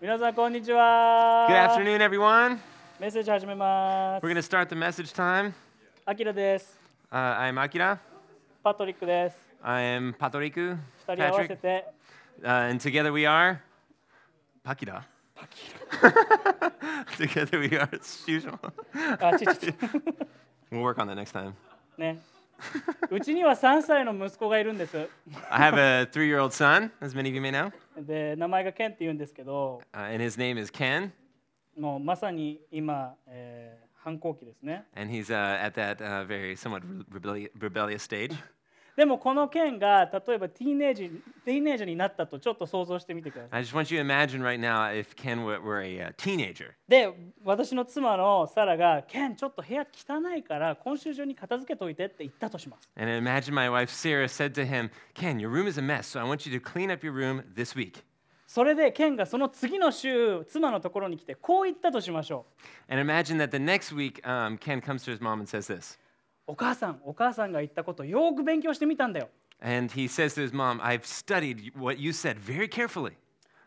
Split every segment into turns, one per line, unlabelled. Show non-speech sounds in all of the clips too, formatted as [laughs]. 皆さんこんにちは。
Good afternoon, everyone.
メッセージ始めます
We're。going to start the message time.
アキラです。
Uh, I'm Akira.
パトリックです。
I am Patoriku.
二人合わせ
Patrick. Uh,
て
and together we are Pakira. [laughs] together we are as usual.
あちち
we'll work on that next time.
ね。うちには3歳の息子がいるんです。
I have a three year old son, as many of you may know,
で名前がケンって言うんですけど、
uh, and his name is Ken.
もうまさに今、えー反抗期ですね。
And he's uh, at that uh, very somewhat rebelli- rebellious stage.
でもこのケンが例えばティーネージティーネージャーになったとちょっと想像してみてください。
I just want you to imagine right now if Ken were, were a uh, teenager.
で私の妻のサラが「ケンちょっと部屋汚いから今週中に片付けといて」って言ったとします。
And imagine my wife Sarah said to him, Ken, your room is a mess, so I want you to clean up your room this week.
それでケンがその次の週妻のところに来てこう言ったとしましょ
And imagine that the next week, um, Ken comes to his mom and says this.
う「お母さんお母さんが言ったことよーく勉強してみたんだよ」
And he says to his mom, I've studied what you said very carefully.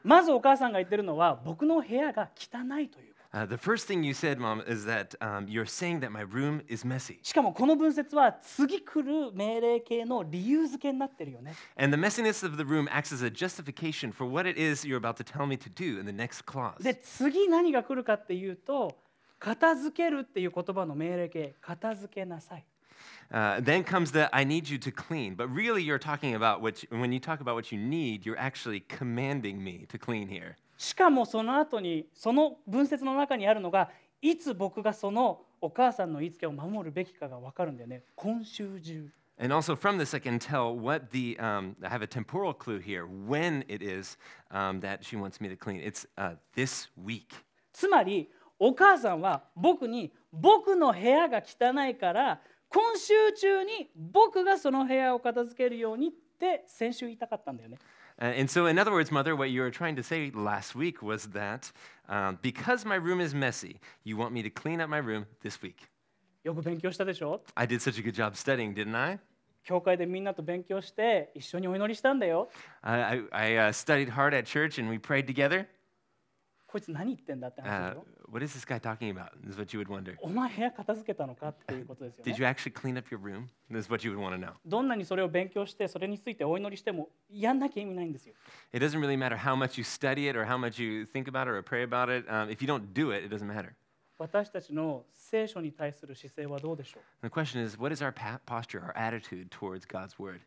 まずお母さんが言ってるのは僕の部屋が汚いというこ
Uh, the first thing you said, mom, is that um, you're saying that my room is messy.
としかもこの文節は次来る命令形の理由付けになってるよね
And the messiness of the room acts as a justification for what it is you're about to tell me to do in the next clause.
で次何が来るかっていうと片付けるっていう言葉の命令形片付けなさい
Uh, then comes the I need you to clean. But really, you're talking about what, you, when you talk about what you need, you're actually commanding me to clean here.
しかもその後にその文節の中にあるのがいつ僕がそのお母さんの言いつけを守るべきかが分かるんだよね今週中
And also from this, I can tell what the, um, I have a temporal clue here, when it is um, that she wants me to clean. It's uh, this week.
つまりお母さんは僕に僕の部屋が汚いから今週中に僕がその部屋を片付けるようにって先週言いたかったんだよね
Uh, and so, in other words, Mother, what you were trying to say last week was that um, because my room is messy, you want me to clean up my room this week.
よく勉強したでしょ
I did such a good job studying, didn't I?
教会でみんなと勉強して一緒にお祈りしたんだよ
I, I, I uh, studied hard at church and we prayed together.
こいつ何言ってんだって話だ
Uh,
よ、
what is this guy talking about? Is what you would wonder.
お前部屋片付けたのかっていうことですよね
Did you actually clean up your room? This is what you would want to know.
どんなにそれを勉強してそれについてお祈りしてもやんなきゃ意味ないんですよ
It doesn't really matter how much you study it or how much you think about it or pray about it. Um, if you don't do it, it doesn't matter.
私たちの聖書に対する姿勢はどうでしょ
And the question is, what is our pa- posture, our attitude towards God's word?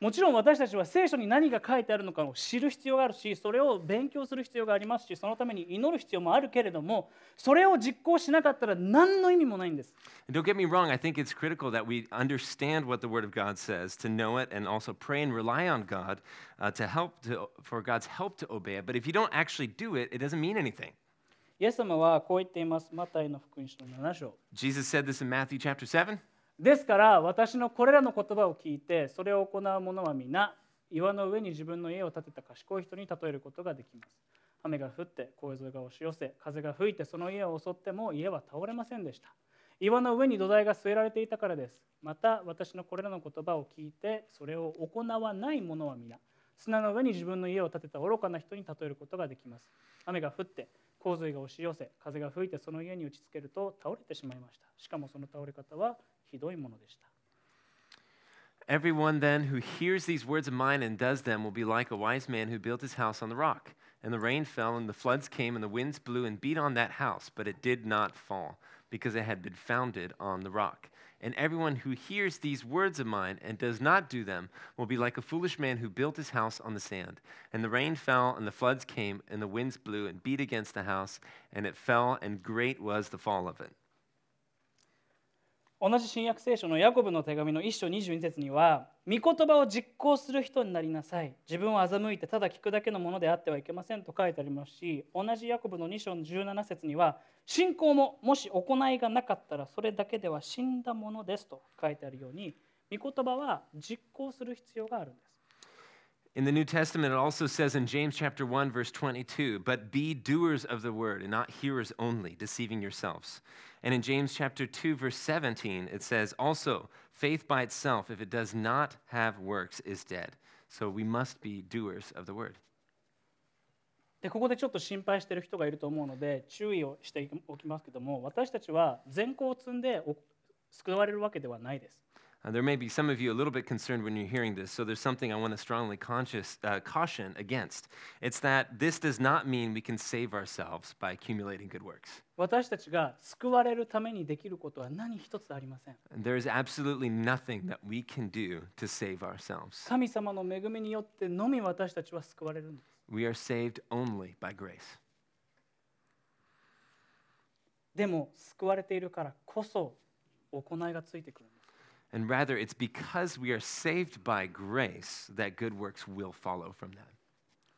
うもちろん私たちは聖書に何が書いてあるのかを知る必要があるしそれを勉強する必要がありますしそのために祈る必要もあるけれどもそれを実行しなかったら何の意味もないんです
And don't get me wrong, I think it's critical that we understand what the word of God says, to know it, and also pray and rely on God uh, to help to, for God's help to obey it. But if you don't actually do it, it doesn't mean anything.
イエス様はこう言っていますマタイの福音書の7章
Jesus said this in Matthew chapter 7.
ですから私のこれらの言葉を聞いてそれを行う者は皆岩の上に自分の家を建てた賢い人に例えることができます。雨が降って洪水が押し寄せ風が吹いてその家を襲っても家は倒れませんでした。岩の上に土台が据えられていたからです。また私のこれらの言葉を聞いてそれを行わない者は皆砂の上に自分の家を建てた愚かな人に例えることができます。雨が降って洪水が押し寄せ風が吹いてその家に打ちつけると倒れてしまいました。しかもその倒れ方はひどいものでした。
Everyone then who hears these words of mine and does them will be like a wise man who built his house on the rock. And the rain fell, and the floods came, and the winds blew and beat on that house, but it did not fall, because it had been founded on the rock. And everyone who hears these words of mine and does not do them will be like a foolish man who built his house on the sand. And the rain fell, and the floods came, and the winds blew and beat against the house, and it fell, and great was the fall of it.
同じ新約聖書のヤコブの手紙の1章22節には「御言葉を実行する人になりなさい」「自分を欺いてただ聞くだけのものであってはいけません」と書いてありますし同じヤコブの2章の17節には「信仰ももし行いがなかったらそれだけでは死んだものです」と書いてあるように御言葉は実行する必要があるんです。
In the New Testament, it also says in James chapter 1, verse 22, but be doers of the word and not hearers only, deceiving yourselves. And in James chapter 2, verse 17, it says also, faith by itself, if it does not have works, is dead. So we must be doers of the word.
ででここでちょっと心配している人がいると思うので注意をしておきますけども私たちは善行を積んでお救われるわけではないです
Uh, there may be some of you a little bit concerned when you're hearing this, so there's something I want to strongly conscious, uh, caution against. It's that this does not mean we can save ourselves by accumulating good works.
私たちが救われるためにできることは何一つありません
And There is absolutely nothing that we can do to save ourselves.
神様の恵みによってのみ私たちは救われるんです
We are saved only by grace.
でも救われているからこそ行いがついてくるんです
And rather, it's because we are saved by grace that good works will follow from that.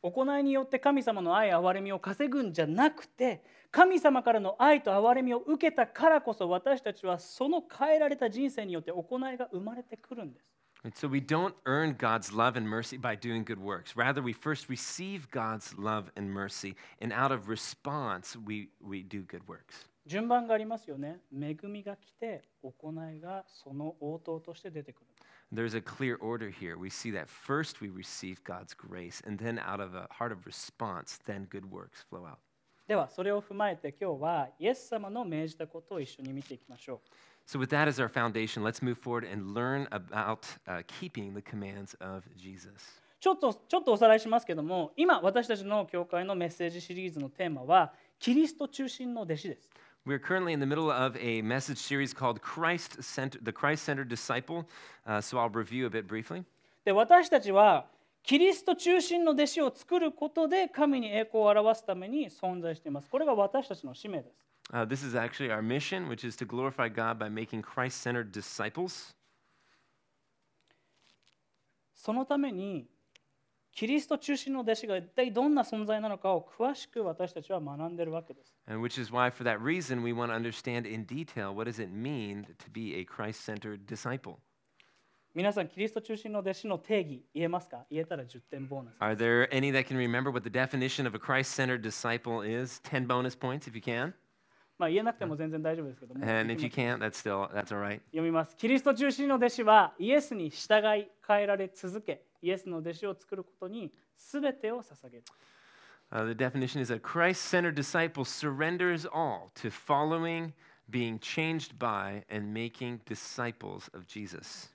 行いによって神様の愛憐れみを稼ぐんじゃなくて神様からの愛と憐れみを受けたからこそ私たちはその変えられた人生によって行いが生まれてくるんです
And so we don't earn God's love and mercy by doing good works. Rather, we first receive God's love and mercy, and out of response, we, we do good works.
順番がありますよね恵みが来て行いがその応答として出てくる
There's a clear order here. We see that first we receive God's grace, and then out of a heart of response, then good works flow out.
ではそれを踏まえて今日はイエス様の命じたことを一緒に見ていきましょう
So, with that as our foundation, let's move forward and learn about uh, keeping the commands of Jesus.
ちょっとちょっとおさらいしますけども今私たちの教会のメッセージシリーズのテーマはキリスト中心の弟子です
We're currently in the middle of a message series called Christ Center, the Christ Centered Disciple. Uh, so, I'll review a bit briefly.
で私たちはキリスト中心の弟子を作ることで神に栄光を表すために存在していますこれが私たちの使命です
Uh, this is actually our mission, which is to glorify God by making Christ centered disciples.
そのためにキリスト中心の弟子が一体どんな存在なのかを詳しく私たちは学んでるわけです
And which is why, for that reason, we want to understand in detail what does it mean to be a Christ-centered disciple.
皆さんキリスト中心の弟子の定義言えますか言えたら10点ボーナス
Are there any that can remember what the definition of a Christ-centered disciple is? Ten bonus points if you can,
まあ言えなくても全然大丈夫ですけども
and if
読
you can't, that's still that's all right.
みますキリスト中心の弟子はイエスに従い変えられ続けイエスの弟子を作ることに全てを捧げる
Uh, the definition is a Christ-centered disciple surrenders all to following, being changed by, and making disciples of Jesus.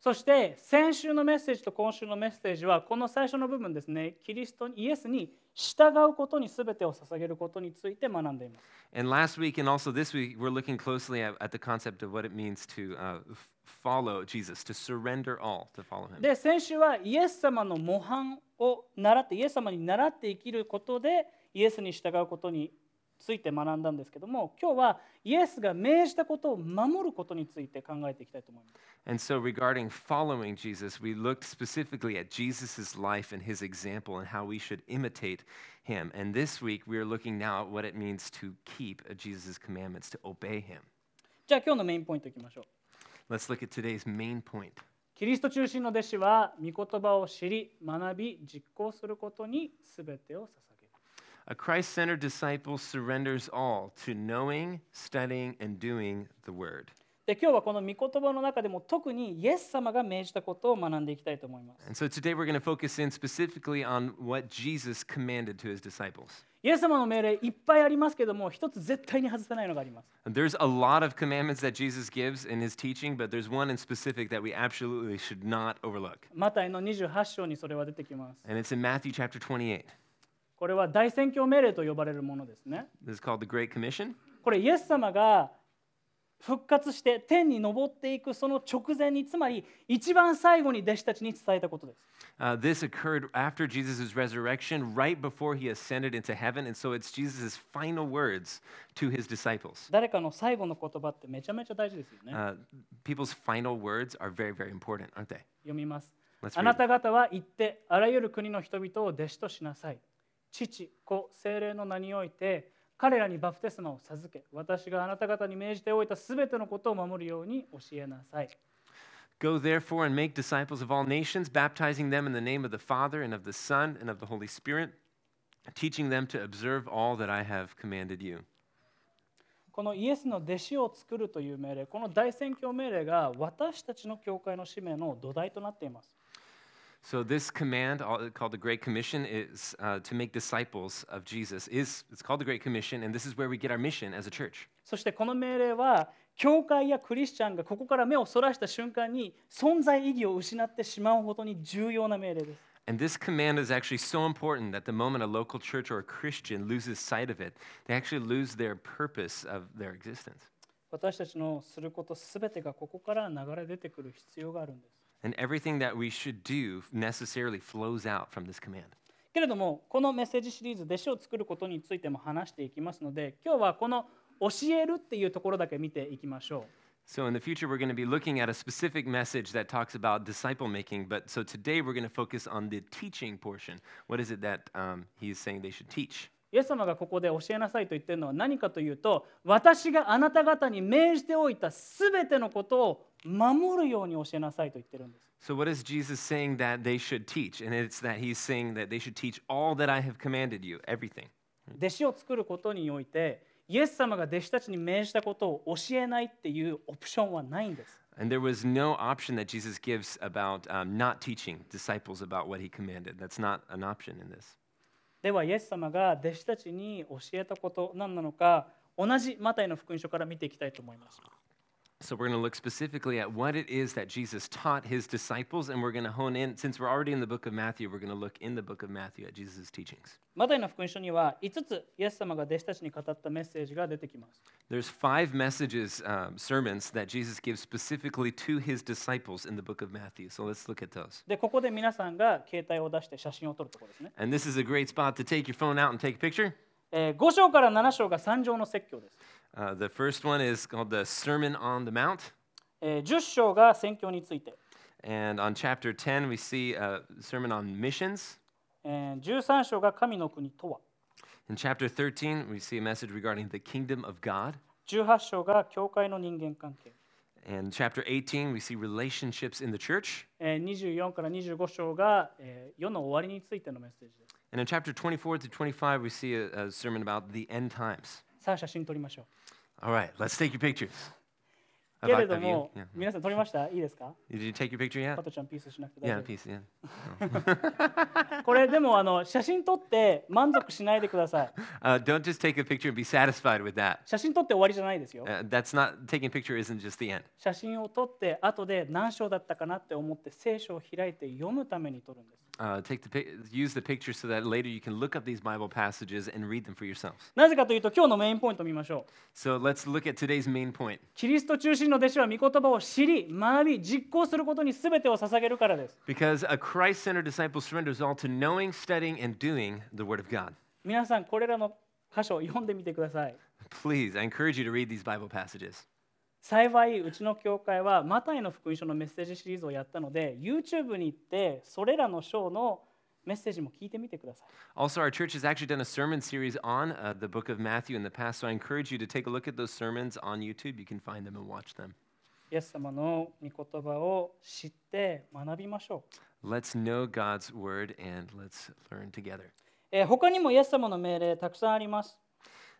そして先週のメッセージと今週のメッセージはこの最初の部分ですねキリストイエスに従うことに全てを捧げることについて学んでいます
And last week and also this week, we're looking closely at, at the concept of what it means to uh, f- follow Jesus, to surrender all to follow him.
で先週はイエス様の模範を習ってイエス様に習って生きることでイエスに従うことについて学んだんですけども今日はイエスが命じたことを守ることについて考えていきたいと思います
And so, regarding following Jesus, we looked specifically at Jesus' life and his example and how we should imitate him. And this week, we are looking now at what it means to keep Jesus' commandments, to obey him.
じゃあ今日のメインポイントいきましょう
Let's look at today's main point.
キリスト中心の弟子は御言葉を知り学び実行することに全てを捧げる
A Christ centered disciple surrenders all to knowing, studying, and doing the word.
で今日はこの御言葉の中でも特にイエス様が命じたことを学んでいきたいと思います。
And so today we're going to focus in specifically on what Jesus commanded to his disciples.
イエス様の命令いっぱいありますけども一つ絶対に外せないのがあります。
There's a lot of commandments that Jesus gives in his teaching, but there's one in specific that we absolutely should not overlook.
マタイの28章にそれは出てきます。
And it's in Matthew chapter 28.
これは大宣教命令と呼ばれるものですね。
This is called the Great Commission.
これイエス様が復活して天に昇っていくその直前につまり一番最後に弟子たちに伝えたことです。
Uh, this occurred after Jesus' resurrection, right before he ascended into heaven. And so it's Jesus' final words to his disciples.
誰かの最後の言葉ってめちゃめちゃ大事ですよね。
Uh, people's final words are very, very important, aren't they?
読みます。
Let's
あ
read.
なた方は行ってあらゆる国の人々を弟子としなさい。父、子、精霊の名において彼らにバプテスマを授け、私があなた方に命じておいたすべてのことを守るように教えなさい。
Go therefore and make disciples of all nations, baptizing them in the name of the Father and of the Son and of the Holy Spirit, teaching them to observe all that I have commanded you.
このイエスの弟子を作るという命令、この大宣教命令が私たちの教会の使命の土台となっています。
So this command, all- called the Great Commission, is uh, to make disciples of Jesus. Is it's called the Great Commission, and this is where we get our mission as a church.
そしてこの命令は教会やクリスチャンがここから目をそらした瞬間に存在意義を失ってしまうほどに重要な命令です
And this command is actually so important that the moment a local church or a Christian loses sight of it, they actually lose their purpose of their existence.
私たちのすることすべてがここから流れ出てくる必要があるんです
And everything that we should do necessarily flows out from this command.
けれどもこのメッセージシリーズ弟子を作ることについても話していきますので今日はこの教えるっていうところだけ見ていきましょ
So, in the future, we're going to be looking at a specific message that talks about disciple making. But so today, we're going to focus on the teaching portion. What is it that um, he is saying they should teach?
うイエス様がここで教えなさいと言ってるのは何かというと私があなた方に命じておいたすべてのことを守るように教えなさいと言ってるんです
So, what is Jesus saying that they should teach? And it's that he's saying that they should teach all that I have commanded you, everything.
弟子を作ることにおいてイエス様が弟子たちに命じたことを教えないっていうオプションはないんです
And there was no option that Jesus gives about um, not teaching disciples about what he commanded. That's not an option in this.
ではイエス様が弟子たちに教えたこと何なのか同じマタイの福音書から見ていきたいと思います
So we're going to look specifically at what it is that Jesus taught his disciples, and we're going to hone in. Since we're already in the book of Matthew, we're going to look in the book of Matthew at Jesus' teachings.
マタイの福音書には5つイエス様が弟子たちに語ったメッセージが出てきます
There's five messages, um, sermons that Jesus gives specifically to his disciples in the book of Matthew. So let's look at those.
でここで皆さんが携帯を出して写真を撮るところですね、
And this is a great spot to take your phone out and take a picture.
えー5章から7章が3章の説教です、
Uh, the first one is called the Sermon on the Mount.
えー10章が宣教について、
And on chapter 10, we see a sermon on missions.
えー13章が神の国とは
In chapter 13, we see a message regarding the kingdom of God.
18章が教会の人間関係、
And chapter 18, we see relationships in the church.
えー24から25章が、えー世の終わりについてのメッセージです
And in chapter 24 to 25, we see a, a sermon about the end times.
さあ写真撮りましょう
All right, let's take your pictures.
けれ
About
ど
of you.
も
Yeah.
皆さん撮りましたいいですか
Did you take your picture yet?
加トちゃんピースしなくて大
Yeah,
丈
peace. Yeah.
夫これでもあの写真撮って満足しないでください
Uh, don't just take a picture and be satisfied with that.
写真撮って終わりじゃないですよ
Uh, that's not taking a picture. Isn't just the end.
写真を撮って後で何章だったかなって思って聖書を開いて読むために撮るんです
Uh, take the pic- use the picture so that later you can look up these Bible passages and read them for yourselves.
なぜかというと今日のメインポイントを見ましょう
So let's look at today's main point.
キリスト中心の弟子は御言葉を知り学び実行することに全てを捧げるからです
Because a Christ centered disciple surrenders all to knowing, studying, and doing the Word of God.
皆さんこれらの箇所を読んでみてください
Please, I encourage you to read these Bible passages.
幸いうちの教会はマタイの福音書のメッセージシリーズをやったので YouTube に行ってそれらの章のメッセージも聞いてみてください
Also, our church has actually done a sermon series on uh, the book of Matthew in the past, so I encourage you to take a look at those sermons on YouTube. You can find them and watch them.
イエス様の御言葉を知って学びましょう
Let's know God's Word and let's learn together.
えー他にもイエス様の命令たくさんあります。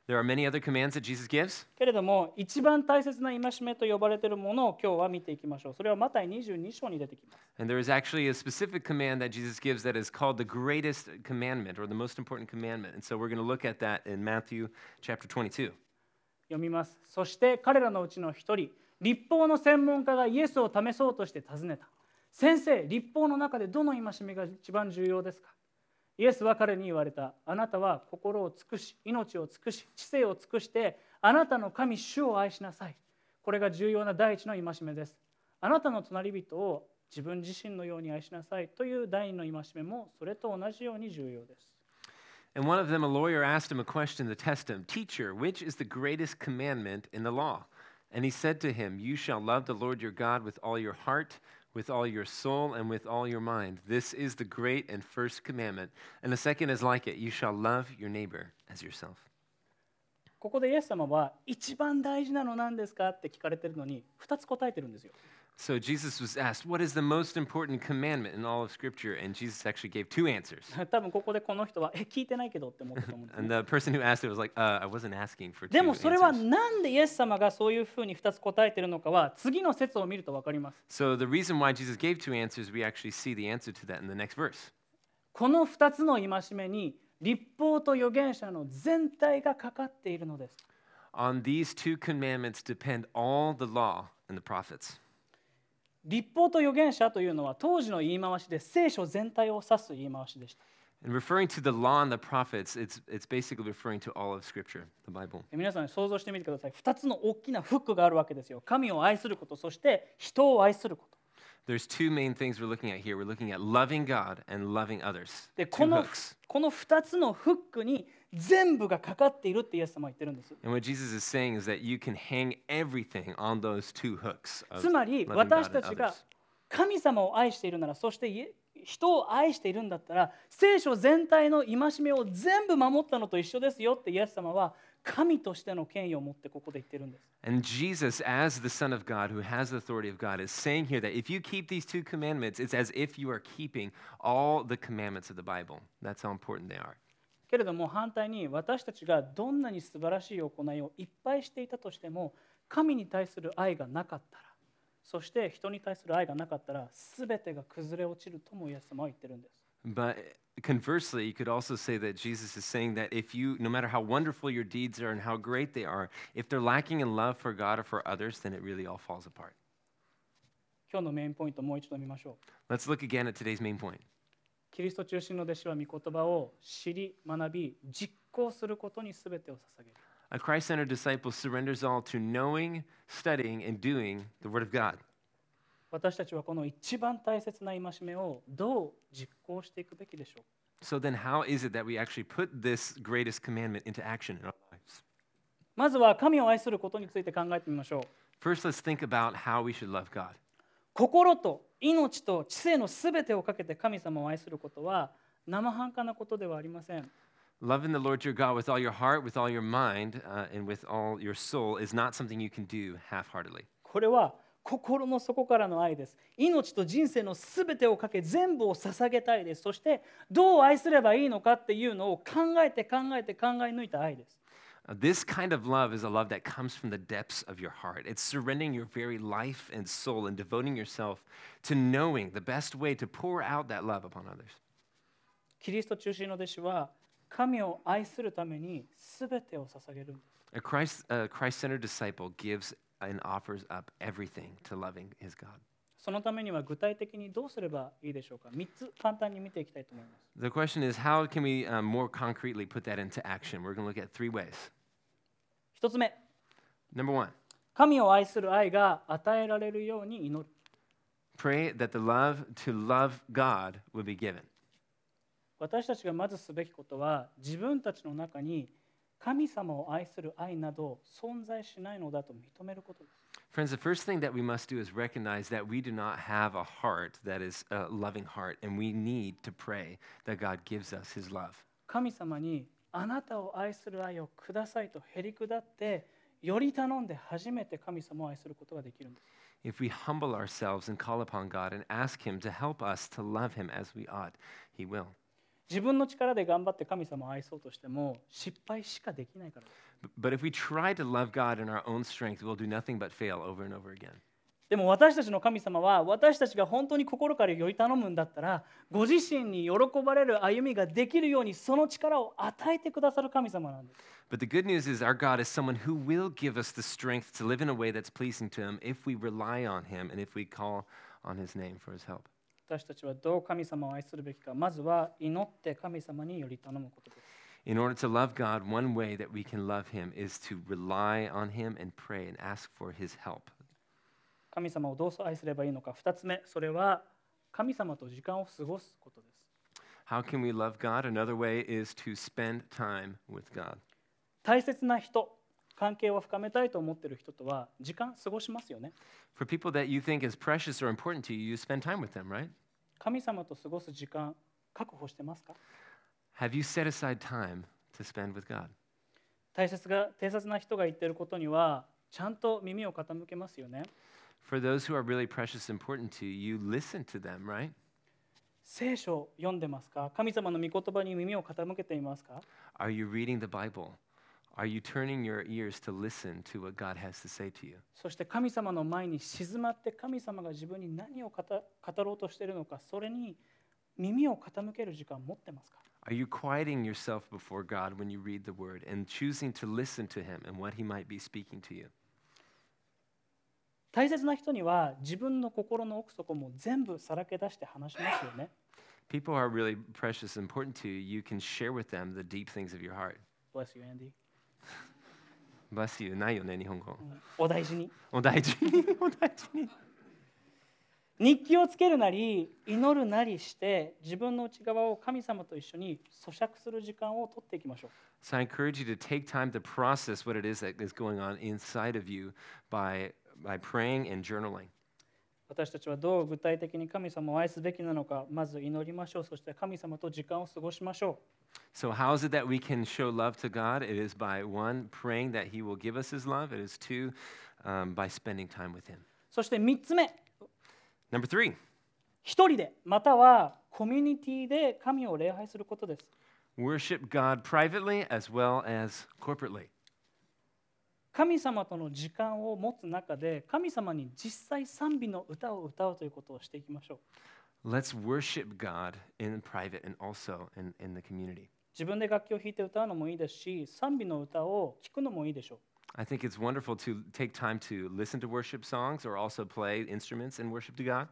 There are many other commands that Jesus gives.
けれども一番大切な戒めと呼ばれているものを今日は見ていきましょう。それはマタイ22章に出てきます。
And there is actually a specific command that Jesus gives that is called the greatest commandment or the most important commandment. And so we're going to look at that in Matthew chapter 22.
読みます。そして彼らのうちの一人、立法の専門家がイエスを試そうとして尋ねた。先生、立法の中でどの戒めが一番重要ですかイエスは彼に言われた。あなたは心を尽くし、命を尽くし、知性を尽くして、あなたの神主を愛しなさい。これが重要な第一の戒めです。あなたの隣人を自分自身のように愛しなさいという第二の戒めもそれと同じように重要です。
And one of them, a lawyer, asked him a question to test him Teacher, which is the greatest commandment in the law? And he said to him, You shall love the Lord your God with all your heart, with all your soul, and with all your mind. This is the great and first commandment. And the second is like it You shall love your neighbor as yourself.
ここでイエス様は一番大事なの何ですかって聞かれてるのに2つ答えてるんですよ。 [laughs]
So Jesus was asked, What is the most important commandment in all of Scripture? And Jesus actually gave two answers.
多分ここでこの人は、え、聞いてないけどって思ったと思うん [laughs] ですね
And the person who asked it was like, uh, I wasn't asking for two
でもそれは
answers.
なんでイエス様がそういうふうに2つ答えてるのかは次の説を見ると分かります。
So the reason why Jesus gave two answers, we actually see the answer to that in the next verse.
この2つの戒めに立法と預言者の全体がかかっているのです。
On these two commandments depend all the law and the prophets.
立法と預言者というのは当時の言い回しで聖書全体を指す言い回しでした。
And referring to the law and the prophets, it's, it's basically referring to all of Scripture, the Bible.
皆さん想像してみてください。2つの大きなフックがあるわけですよ。神を愛すること、そして人を愛すること。
There's two main things we're looking at here. We're looking at loving God and loving others.
で
Two
この
hooks.
この2つのフックに全部がかかっているってイエス様は言ってるんです。
And what Jesus is saying is that you can hang everything on those two hooks. Of
つまり
loving God and
私たちが
others.
神様を愛しているならそしていえ人を愛しているんだったら聖書全体の戒めを全部守ったのと一緒ですよってイエス様は神としての権威を持ってここで言ってるんです。
And Jesus, as the Son of God, who has the authority of God, is saying here that if you keep these two commandments, it's as if you are keeping all the commandments of the Bible. That's how important they are.
けれども反対に私たちがどんなに素晴らしい行いをいっぱいしていたとしても神に対する愛がなかったらそして人に対する愛がなかったら全てが崩れ落ちるともイエス様は言ってるんです。
But conversely, you could also say that Jesus is saying that if you, no matter how wonderful your deeds are and how great they are, if they're lacking in love for God or for others, then it really all falls apart.
今日のメインポイントもう一度見ましょう。
Let's look again at today's main point.
キリスト中心の弟子は御言葉を知り学び実行することに全てを捧げる
A Christ centered disciple surrenders all to knowing, studying, and doing the Word of God.
私たちはこの一番大切な戒めをどう実行していくべきでしょう
So then, how is it that we actually put this greatest commandment into action in our lives?
まずは神を愛することについて考えてみましょう
First, let's think about how we should love God.
心と命と知性の全てをかけて神様を愛することは生半可なことではありません
Loving the Lord your God with all your heart, with all your mind, uh, and with all your soul is not something you can do half heartedly.
これは心の底からの愛です命と人生の全てをかけ全部を捧げたいですそしてどう愛すればいいのかっていうのを考えて考えて考え抜いた愛です
Uh, this kind of love is a love that comes from the depths of your heart. It's surrendering your very life and soul and devoting yourself to knowing the best way to pour out that love upon others.
キリスト中心の弟子は神を愛するために全てを捧げるんです
A Christ a centered disciple gives and offers up everything to loving his God.
そのためには具体的にどうすればいいでしょうか3つ簡単に見ていきたいと思います
The question is, how can we uh, more concretely put that into action? We're going to look at three ways.
1つ目
Number one,
神を愛する愛が与えられるように祈る
pray that the love to love God will be given.
私たちがまずすべきことは自分たちの中に神様を愛する愛など存在しないのだと認めることです。
Friends, the first thing that we must do is recognize that we do not have a heart that is a loving heart, and we need to pray that God gives us his love.
神様にあなたを愛する愛をくださいとへりくだってより頼んで初めて神様を愛することができるんです。
If we humble ourselves and call upon God and ask him to help us to love him as we ought, he will.
自分の力で頑張って神様を愛そうとしても失敗しかできないからです。
B- But if we try to love God in our own strength, we'll do nothing but fail over and over again.
でも私たちの神様は私たちが本当に心からより頼むんだったらご自身に喜ばれる歩みができるようにその力を与えてくださる神様なんです。
But the good news is our God is someone who will give us the strength to live in a way that's pleasing to him if we rely on him and if we call on his name for his help.
私たちはどう神様を愛するべきかまずは祈って神様により頼むことです
In order to love God, one way that we can love him is to rely on him and pray and ask for his help.
神様をどう愛すればいいのか2つ目それは神様と時間を過ごすことです
How can we love God? Another way is to spend time with God.
大切な人関係を深めたいと思っている人とは時間過ごしますよね
For people that you think is precious or important to you, you spend time with them, right?
神様と過ごす時間確保してますか
Have you set aside time to spend with God?
大切が大切な人が言っていることにはちゃんと耳を傾けますよね
For those who are really precious and important to you, you listen to them, right?
聖書を読んでますか神様の御言葉に耳を傾けていますか
Are you reading the Bible? Are you turning your ears to listen to what God has to say to you?
そして神様の前に静まって神様が自分に何を語語ろうとしているのかそれに耳を傾ける時間を持ってますか
Are you quieting yourself before God when you read the word and choosing to listen to him and what he might be speaking to you?
大切な人には自分の心の奥底も全部さらけ出して話しますよね
People who are really precious and important to you, you can share with them the deep things of your heart.
Bless you, Andy.
Bless you. ないよね、日本語。
お大事に
お大事に、お大事に。
日記をつけるなり祈るなりして自分の内側を神様と一緒に咀嚼する時間を取っていきましょう
[laughs] So I encourage you to take time to process what it is that is going on inside of you by, by praying and journaling.
私たちはどう具体的に神様を愛すべきなのかまず祈りましょうそして神様と時間を過ごしましょ
So, how is it that we can show love to God? It is by one, praying that He will give us His love. It is two, um, by spending time with Him.
うそして3つ目
Number three,
一人でまたはコミュニティで神を礼拝することです
worship God privately as well as corporately.
神様との時間を持つ中で神様に実際賛美の歌を歌うということをしていきましょう
Let's worship God in private and also in, in the community.
自分で楽器を弾いて歌うのもいいですし賛美の歌を聴くのもいいでしょう
I think it's wonderful to take time to listen to worship songs or also play instruments and worship to God.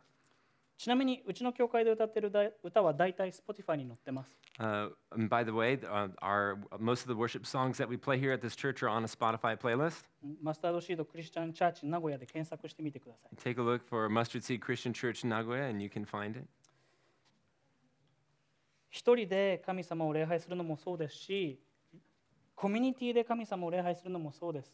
ちなみにうちの教会で歌ってるだい歌は大体 Spotify に載ってます
Uh, and by the way, th- uh, our, most of the worship songs that we play here at this church are on a Spotify playlist.
マスタードシードクリスチャンチャーチ名古屋で検索してみてください
Take a look for Mustard Seed Christian Church Nagoya and you can find it.
一人で神様を礼拝するのもそうですしコミュニティで神様を礼拝するのもそうです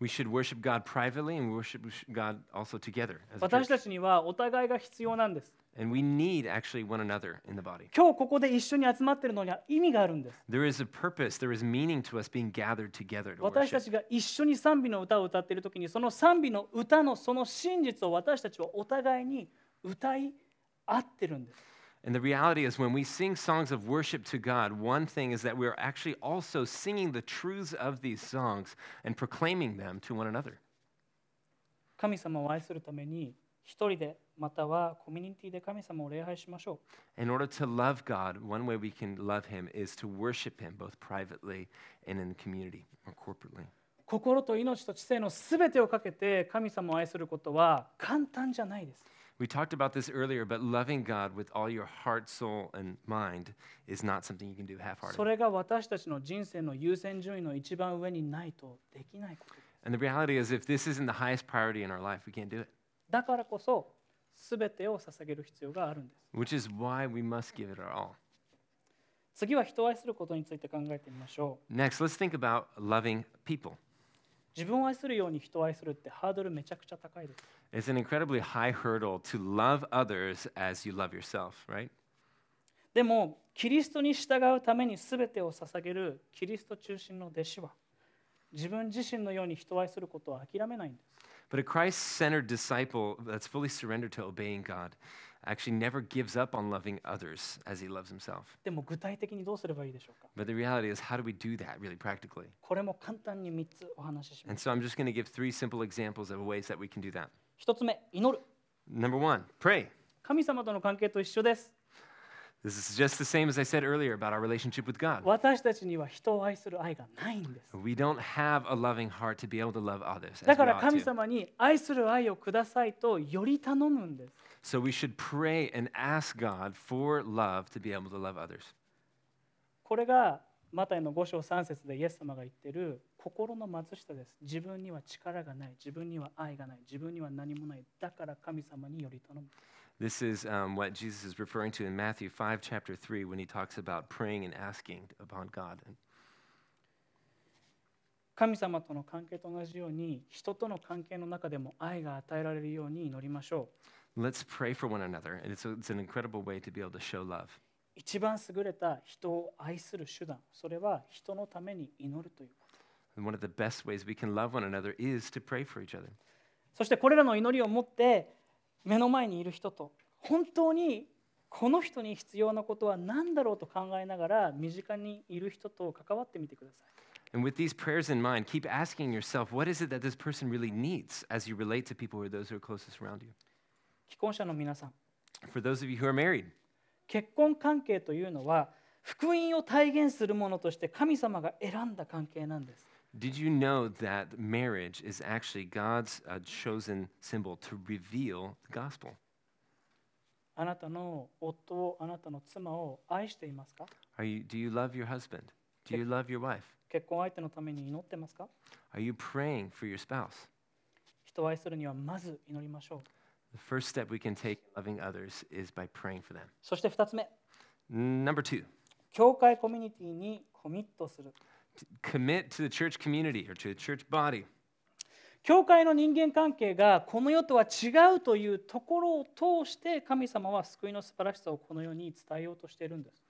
We should worship God privately and worship God also together as a
私
church.
たちにはお互いが必要なんです
And we need actually one another in the body.
今日ここで一緒に集まってるのには意味があるんです
There is a purpose, there is meaning to us being gathered together to
私た
worship.
ちが一緒に賛美の歌を歌っている時にその賛美の歌のその真実を私たちはお互いに歌い合ってるんです
And the reality is, when we sing songs of worship to God, one thing is that we are actually also singing the truths of these songs and proclaiming them to one another.
神様を愛するために一人でまたはコミュニティで神様を礼拝しましょ
In order to love God, one way we can love Him is to worship Him both privately and in community or corporately.
う心と命と知性のすべてをかけて神様を愛することは簡単じゃないです
We talked about this earlier, but loving God with all your heart, soul, and mind is not something you can do half
そ
hearted.
れが私たちの人生の優先順位の一番上にないとできないことです
And the reality is, if this isn't the highest priority in our life, we can't do it,
だからこそすべてを捧げる必要があるんです
which is why we must give it our all.
次は人を愛することについて考えてみましょう
Next, let's think about loving people.
自分を愛するように人を愛するってハードルめちゃくちゃ高いです
It's an incredibly high hurdle to love others as you love yourself, right?
でもキリストに従うために全てを捧げるキリスト中心の弟子は自分自身のように人を愛することを諦めないんです
But a Christ centered disciple that's fully surrendered to obeying God actually never gives up on loving others as he loves himself.
でも具体的にどうすればいいでしょうか
But the reality is, how do we do that really practically?
これも簡単に3つお話ししま
And
す
so I'm just going to give three simple examples of ways that we can do that.
1つ目祈る
Number one, pray.
神様との関係と一緒です
This is just the same as I said earlier about our relationship with God.
私たちには人を愛する愛がないんです
We don't have a loving heart to be able to love others.
だ
As
か
we
ら
ought
神
to.
様に愛する愛をくださいとより頼むんです
So we should pray and ask God for love to be able to love others.
これがマタイの5章3節でイエス様が言ってる心の貧しさです。自分には力がない、自分には愛がない、自分には何もない。だから神様により頼む。
This is um, what Jesus is referring to in Matthew 5, chapter 3, when he talks about praying and asking upon God. And
神様との関係と同じように、人との関係の中でも愛が与えられるように祈りましょう。
let's pray for one another. And it's, a, it's an incredible way to be able to show love.
一番優れた人を愛する手段、それは人のために祈るということ。
And one of the best ways we can love one another is to pray for each other.
そしてこれらの祈りを持って目の前にいる人と本当にこの人に必要なことは何だろうと考えながら身近にいる人と関わってみてください
And with these prayers in mind, keep asking yourself, what is it that this person really needs as you relate to people who are those who are closest around you?
既婚者の皆さん
For those of you who are married,
結婚関係というのは福音を体現するものとして神様が選んだ関係なんです
did you know that marriage is actually God's uh, chosen symbol to reveal the gospel?
あなたの夫をあなたの妻を愛していますか
Are you, do you love your husband? Do you love your wife?
結婚相手のために祈ってますか
Are you praying for your spouse?
人を愛するにはまず祈りましょう
The first step we can take in loving others is by praying for them.
そして2つ目
Number two,
教会コミュニティにコミットする
t- commit to the church community or to the church body.
教会の人間関係がこの世とは違うというところを通して神様は救いの素晴らしさをこの世に伝えようとしているんです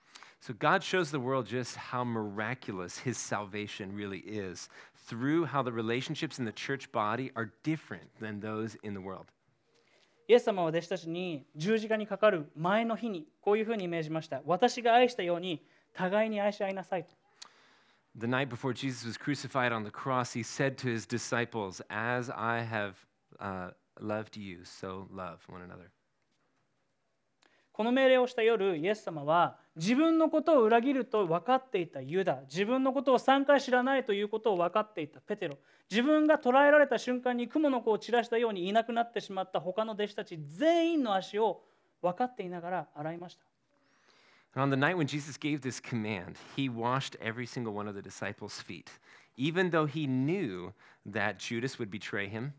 So God shows the world just how miraculous his salvation really is through how the relationships in the church body are different than those in the world.
イエス様は弟子たちに十字架にかかる前の日にこういうふうに命じました私が愛したように互いに愛し合いなさいと
The night before Jesus was crucified on the cross, he said to his disciples, As I have uh, loved you, so love one another.
この命令をした夜イエス様は自分のことを裏切ると分かっていたユダ自分のことを3回知らないということを分かっていたペテロ自分が捕らえられた瞬間に雲の子を散らしたようにいなくなってしまった他の弟子たち全員の足を分かっていながら洗いました
And on the night when Jesus gave this command, he washed every single one of the disciples' feet, even though he knew that Judas would betray him,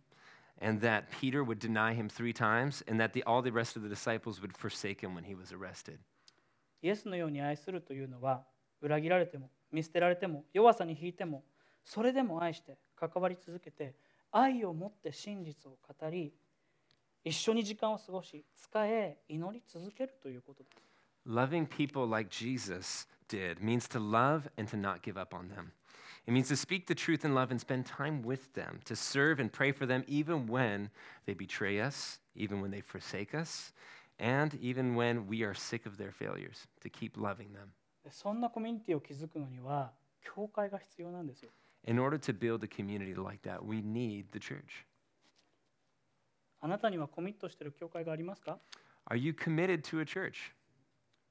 and that Peter would deny him three times, and that the, all the rest of the disciples would forsake him when he was arrested.
イエスのように愛するというのは裏切られても見捨てられても弱さに引いてもそれでも愛して関わり続けて愛を持って真実を語り一緒に時間を過ごし仕え祈り続けるということです
Loving people like Jesus did means to love and to not give up on them. It means to speak the truth in love and spend time with them, to serve and pray for them even when they betray us, even when they forsake us, and even when we are sick of their failures, to keep loving them.
でそんなコミュニティを築くのには教会が必要なんですよ
In order to build a community like that, we need the church.
あなたにはコミットしてる教会がありますか
Are you committed to a church?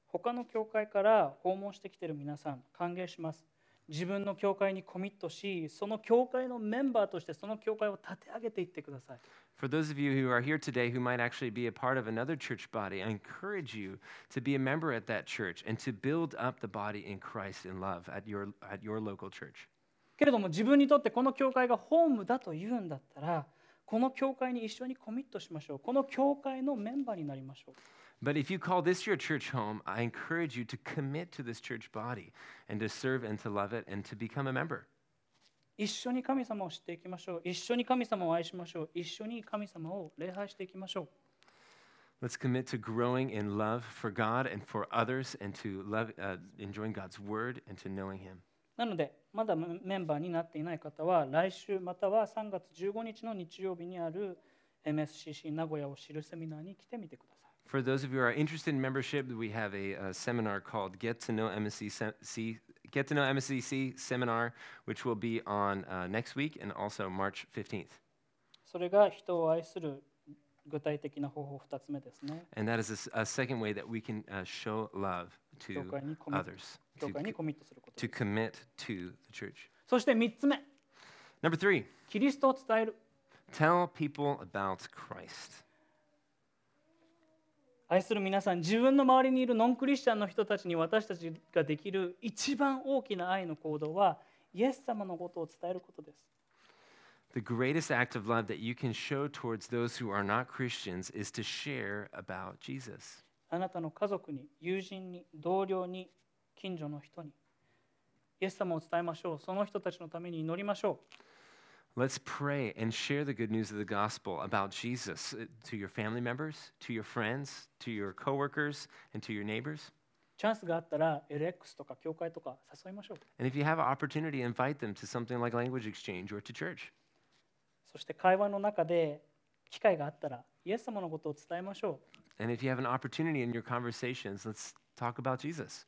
他の教会から訪問してきてる皆さん歓迎します自分の教会にコミットしその教会のメンバーとしてその教会を立て上げていってください
For those of you who are here today who might actually be a part of another church body, I encourage you to be a member at that church and to build up the body in Christ in love at your, at your local church.
けれども自分にとってこの教会がホームだというんだったらこの教会に一緒にコミットしましょうこの教会のメンバーになりましょう
But if you call this your church home, I encourage you to commit to this church body and to serve and to love it and to become a member.
一緒に神様を知っていきましょう一緒に神様を愛しましょう一緒に神様を礼拝していきましょう
Let's commit to growing in love for God and for others and to love, uh, enjoying God's word and to knowing Him.
なのでまだメンバーになっていない方は来週または3月15日の日曜日にある MSCC 名古屋を知るセミナーに来てみてください。
For those of you who are interested in membership, we have a, uh seminar called Get to Know MSC, Sem- C- Get to Know MSCC Seminar, which will be on uh, next week and also March 15th.
それが人を愛する具体的な方法2つ目ですね。
And that is a s- a, second way that we can uh, show love to
教会にコミット
others,
教
to,
会
co-
にコミットすること
to
です。
commit to the church.
そして3つ目、
Number three,
キリストを伝える。
tell people about Christ.
愛する皆さん、自分の周りにいるノンクリスチャンの人たちに私たちができる一番大きな愛の行動は、イエス様のことを伝えることです。
The greatest act of love that you can show towards those who are not Christians is to share about Jesus.
あなたの家族に友人に同僚に近所の人にイエス様を伝えましょうその人たちのために祈りましょ
Let's pray and share the good news of the gospel about Jesus uh, to your family members, to your friends, to your coworkers, and to your neighbors.
うチャンスがあったら LX とか教会とか誘いましょう
And if you have an opportunity, invite them to something like language exchange or to church.
そして会話の中で機会があったらイエス様のことを伝えましょう
And if you have an opportunity in your conversations, let's talk about Jesus.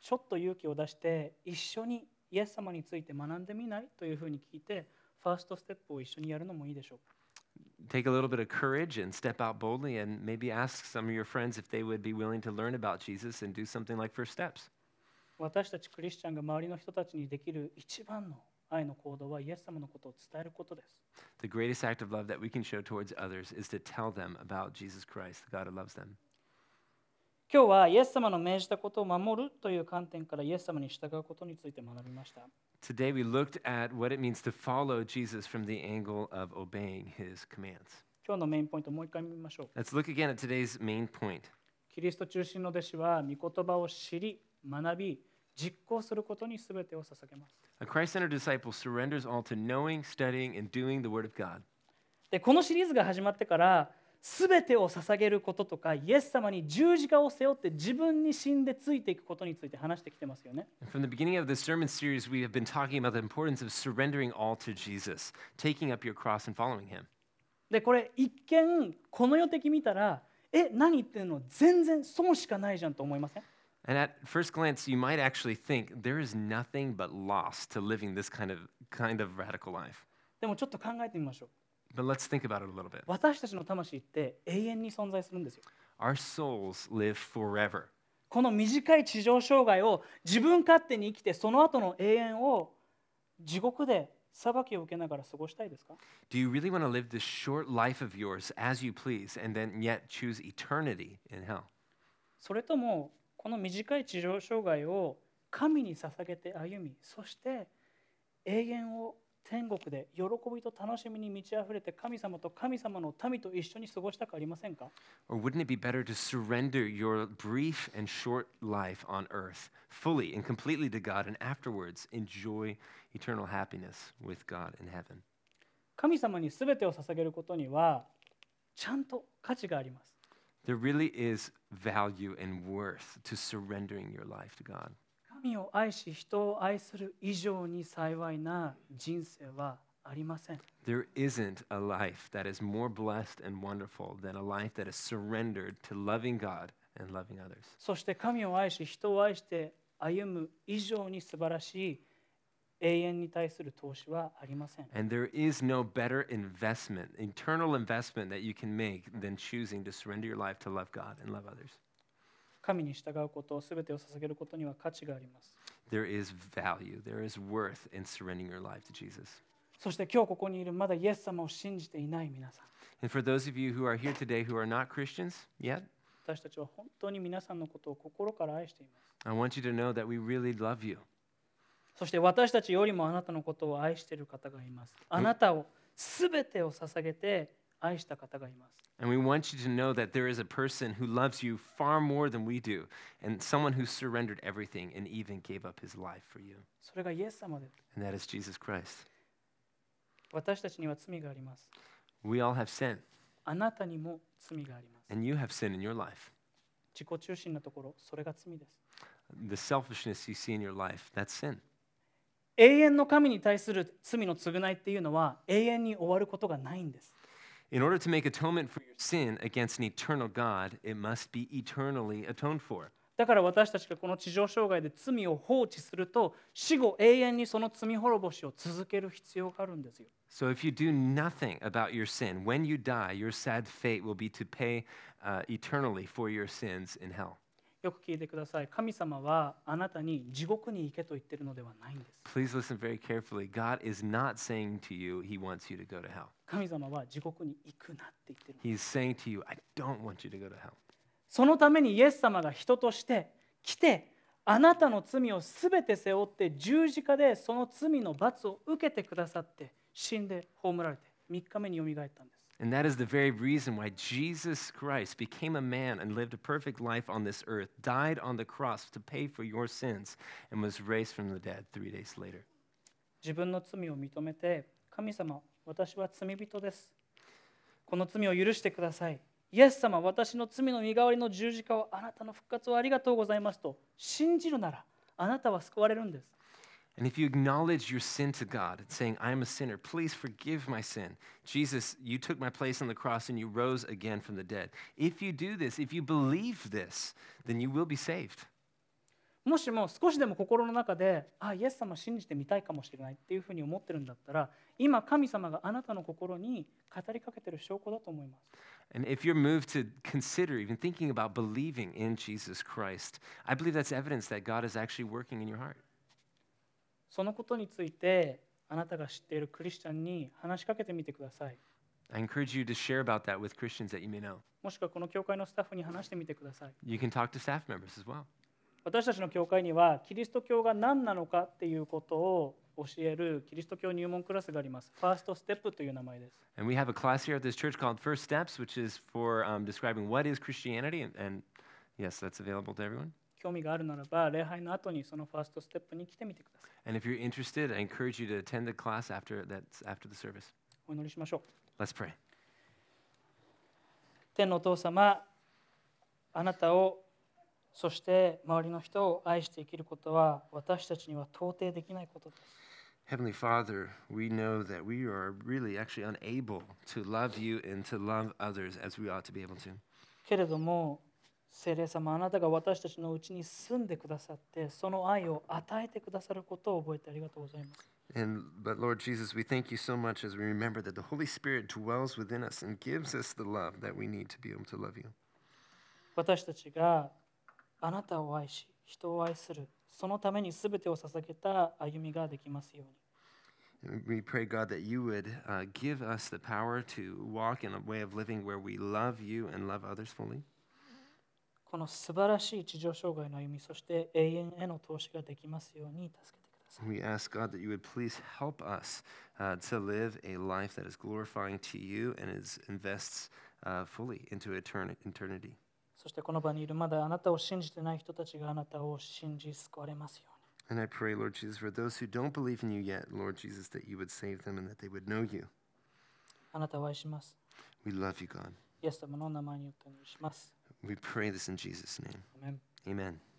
ちょっと勇気を出して一緒にイエス様について学んでみないというふうに聞いてファーストステップを一緒にやるのもいいでしょうか
Take a little bit of courage and step out boldly and maybe ask some of your friends if they would be willing to learn about Jesus and do something like first steps.
私たちクリスチャンが周りの人たちにできる一番の愛の行動はイエス様のことを伝えることです
The greatest act of love that we can show towards others is to tell them about Jesus Christ, the God who loves them.
今日はイエス様の命じたことを守るという観点からイエス様に従うことについて学びました
Today we looked at what it means to follow Jesus from the angle of obeying his commands.
今日のメインポイントをもう一回見ましょう
Let's look again at today's main point.
キリスト中心の弟子は御言葉を知り学び実行することに全てを捧げます
A Christ centered disciple surrenders all to knowing, studying, and doing the Word of God.
でこのシリーズが始まってから全てを捧げることとかイエス様に十字架を背負って自分に死んでついていくことについて話してきてますよね
And From the beginning of this sermon series, we have been talking about the importance of surrendering all to Jesus, taking up your cross and following him.
でこれ一見この世的見たらえ何言ってんの全然損しかないじゃんと思いません
And at first glance, you might actually think there is nothing but loss to living this kind of, kind of radical life.
でもちょっと考えてみましょう
But let's think about it a little bit.
私たちの魂って永遠に存在するんですよ
Our souls live forever.
この短い地上生涯を自分勝手に生きてその後の永遠を地獄で裁きを受けながら過ごしたいですか
Do you really want to live this short life of yours as you please and then yet choose eternity in hell?
それともこの短い地上生涯を神に捧げて歩みそして永遠を天国で喜びと楽しみに満ち溢れて神様と神様の民と一緒に過ごしたくありませんか
Or wouldn't it be better to surrender your brief and short life on earth fully and completely to God and afterwards enjoy eternal happiness with God in heaven?
神様に全てを捧げることにはちゃんと価値があります
There really is value and worth to surrendering your life to God.
神を愛し人を愛する以上に幸いな人生はありません
There isn't a life that is more blessed and wonderful than a life that is surrendered to loving God and loving others.
そして神を愛し人を愛して歩む以上に素晴らしい永遠に対する投資はありません
And there is no better investment, eternal investment that you can make than choosing to surrender your life to love God and love others.
神に従うこと全てを捧げることには価値があります。
There is value, there is worth in surrendering your life to Jesus.
そして今日ここにいるまだイエス様を信じていない皆さん、
And for those of you who are here today who are not Christians yet,
私たちは本当に皆さんのことを心から愛しています。
I want you to know that we really love you.
そして私たちよりもあなたのことを愛している方がいます。あなたを全てを捧げて愛した方がいます。
And we want you to know that there is a person who loves you far more than we do, and someone who surrendered everything and even gave up his life for you.
それがイエス様です。
And that is Jesus Christ.
私たちには罪があります。
We all have sin,
あなたにも罪があります。
and you have sin in your life.
自己中心なところ、それが罪です。
The selfishness you see in your life, that's sin.
永遠の神に対する罪の償いっていうのは永遠に終わることがないんです。
In order to make atonement for your sin against an eternal God, it must be eternally atoned for.
だから私たちがこの地上障害で罪を放置すると死後永遠にその罪滅ぼしを続ける必要があるんですよ
So if you do nothing about your sin, when you die, your sad fate will be to pay uh, eternally for your sins in hell.
よく聞いてください神様はあなたに地獄に行けと言ってるのではないんです
Please listen very carefully. God is not saying to you, He wants you to go to hell.
神様は地獄に行くなって言ってる
He's saying to you, I don't want you to go to hell.
そのためにイエス様が人として来てあなたの罪を全て背負って十字架でその罪の罰を受けてくださって死んで葬られて3日目によみがえったんです
And that is the very reason why Jesus Christ became a man and lived a perfect life on this earth, died on the cross to pay for your sins, and was raised from the dead three days later.
自分の罪を認めて神様私は罪人ですこの罪を許してくださいイエス様私の罪の身代わりの十字架をあなたの復活をありがとうございますと信じるならあなたは救われるんです
And if you acknowledge your sin to God, it's saying, I am a sinner, please forgive my sin. Jesus, you took my place on the cross and you rose again from the dead. If you do this, if you believe this, then you will be saved.
もしも少しでも心の中で「あイエス様信じてみたいかもしれない」っていうふうに思ってるんだったら今神様があなたの心に語りかけてる証拠だと思います
And if you're moved to consider even thinking about believing in Jesus Christ, I believe that's evidence that God is actually working in your heart.
そのことについてあなたが知っているクリスチャンに話しかけてみてください
I encourage you to share about that with Christians that you may know.
もしくはこの教会のスタッフに話してみてください
You can talk to staff members as well.
私たちの教会にはキリスト教が何なのかっていうことを教えるキリスト教入門クラスがありますファーストステップという名前です
And we have a class here at this church called First Steps, which is for um, describing what is Christianity. And, and yes, that's available to everyone.
興味があるならば礼拝の後にそのファーストステップに来てみてください
And if you're interested, I encourage you to attend the class after, that's after the service.
お祈りしましょう
Let's pray.
天のお父様あなたをそして周りの人を愛して生きることは私たちには到底できないことです
Heavenly Father, we know that we are really actually unable to love you and to love others as we ought to be able to.
けれども聖霊様あなたが私たちのうちに住んでくださってその愛を与えてくださることを覚えてありがとうございます
And but Lord Jesus, we thank you so much as we remember that the Holy Spirit dwells within us and gives us the love that we need to be able to love you.
私たちがあなたを愛し人を愛するそのために全てを捧げた歩みができますように
And We pray, God, that you would uh, give us the power to walk in a way of living where we love you and love others fully.
この素晴らしい地上障害の歩みそして永遠への投資ができますように助けてください
And we ask, God, that you would please help us uh, to live a life that is glorifying to you and is invests uh, fully into etern- eternity.
そしてこの場にいるまだあなたを信じてない人たちがあなたを信じ救われますように
And I pray, Lord Jesus, for those who don't believe in you yet, Lord Jesus, that you would save them and that they would know you.
あなたを愛します
We love you, God.
イエス様の名前によってお願いします
We pray this in Jesus' name.
アメン
Amen.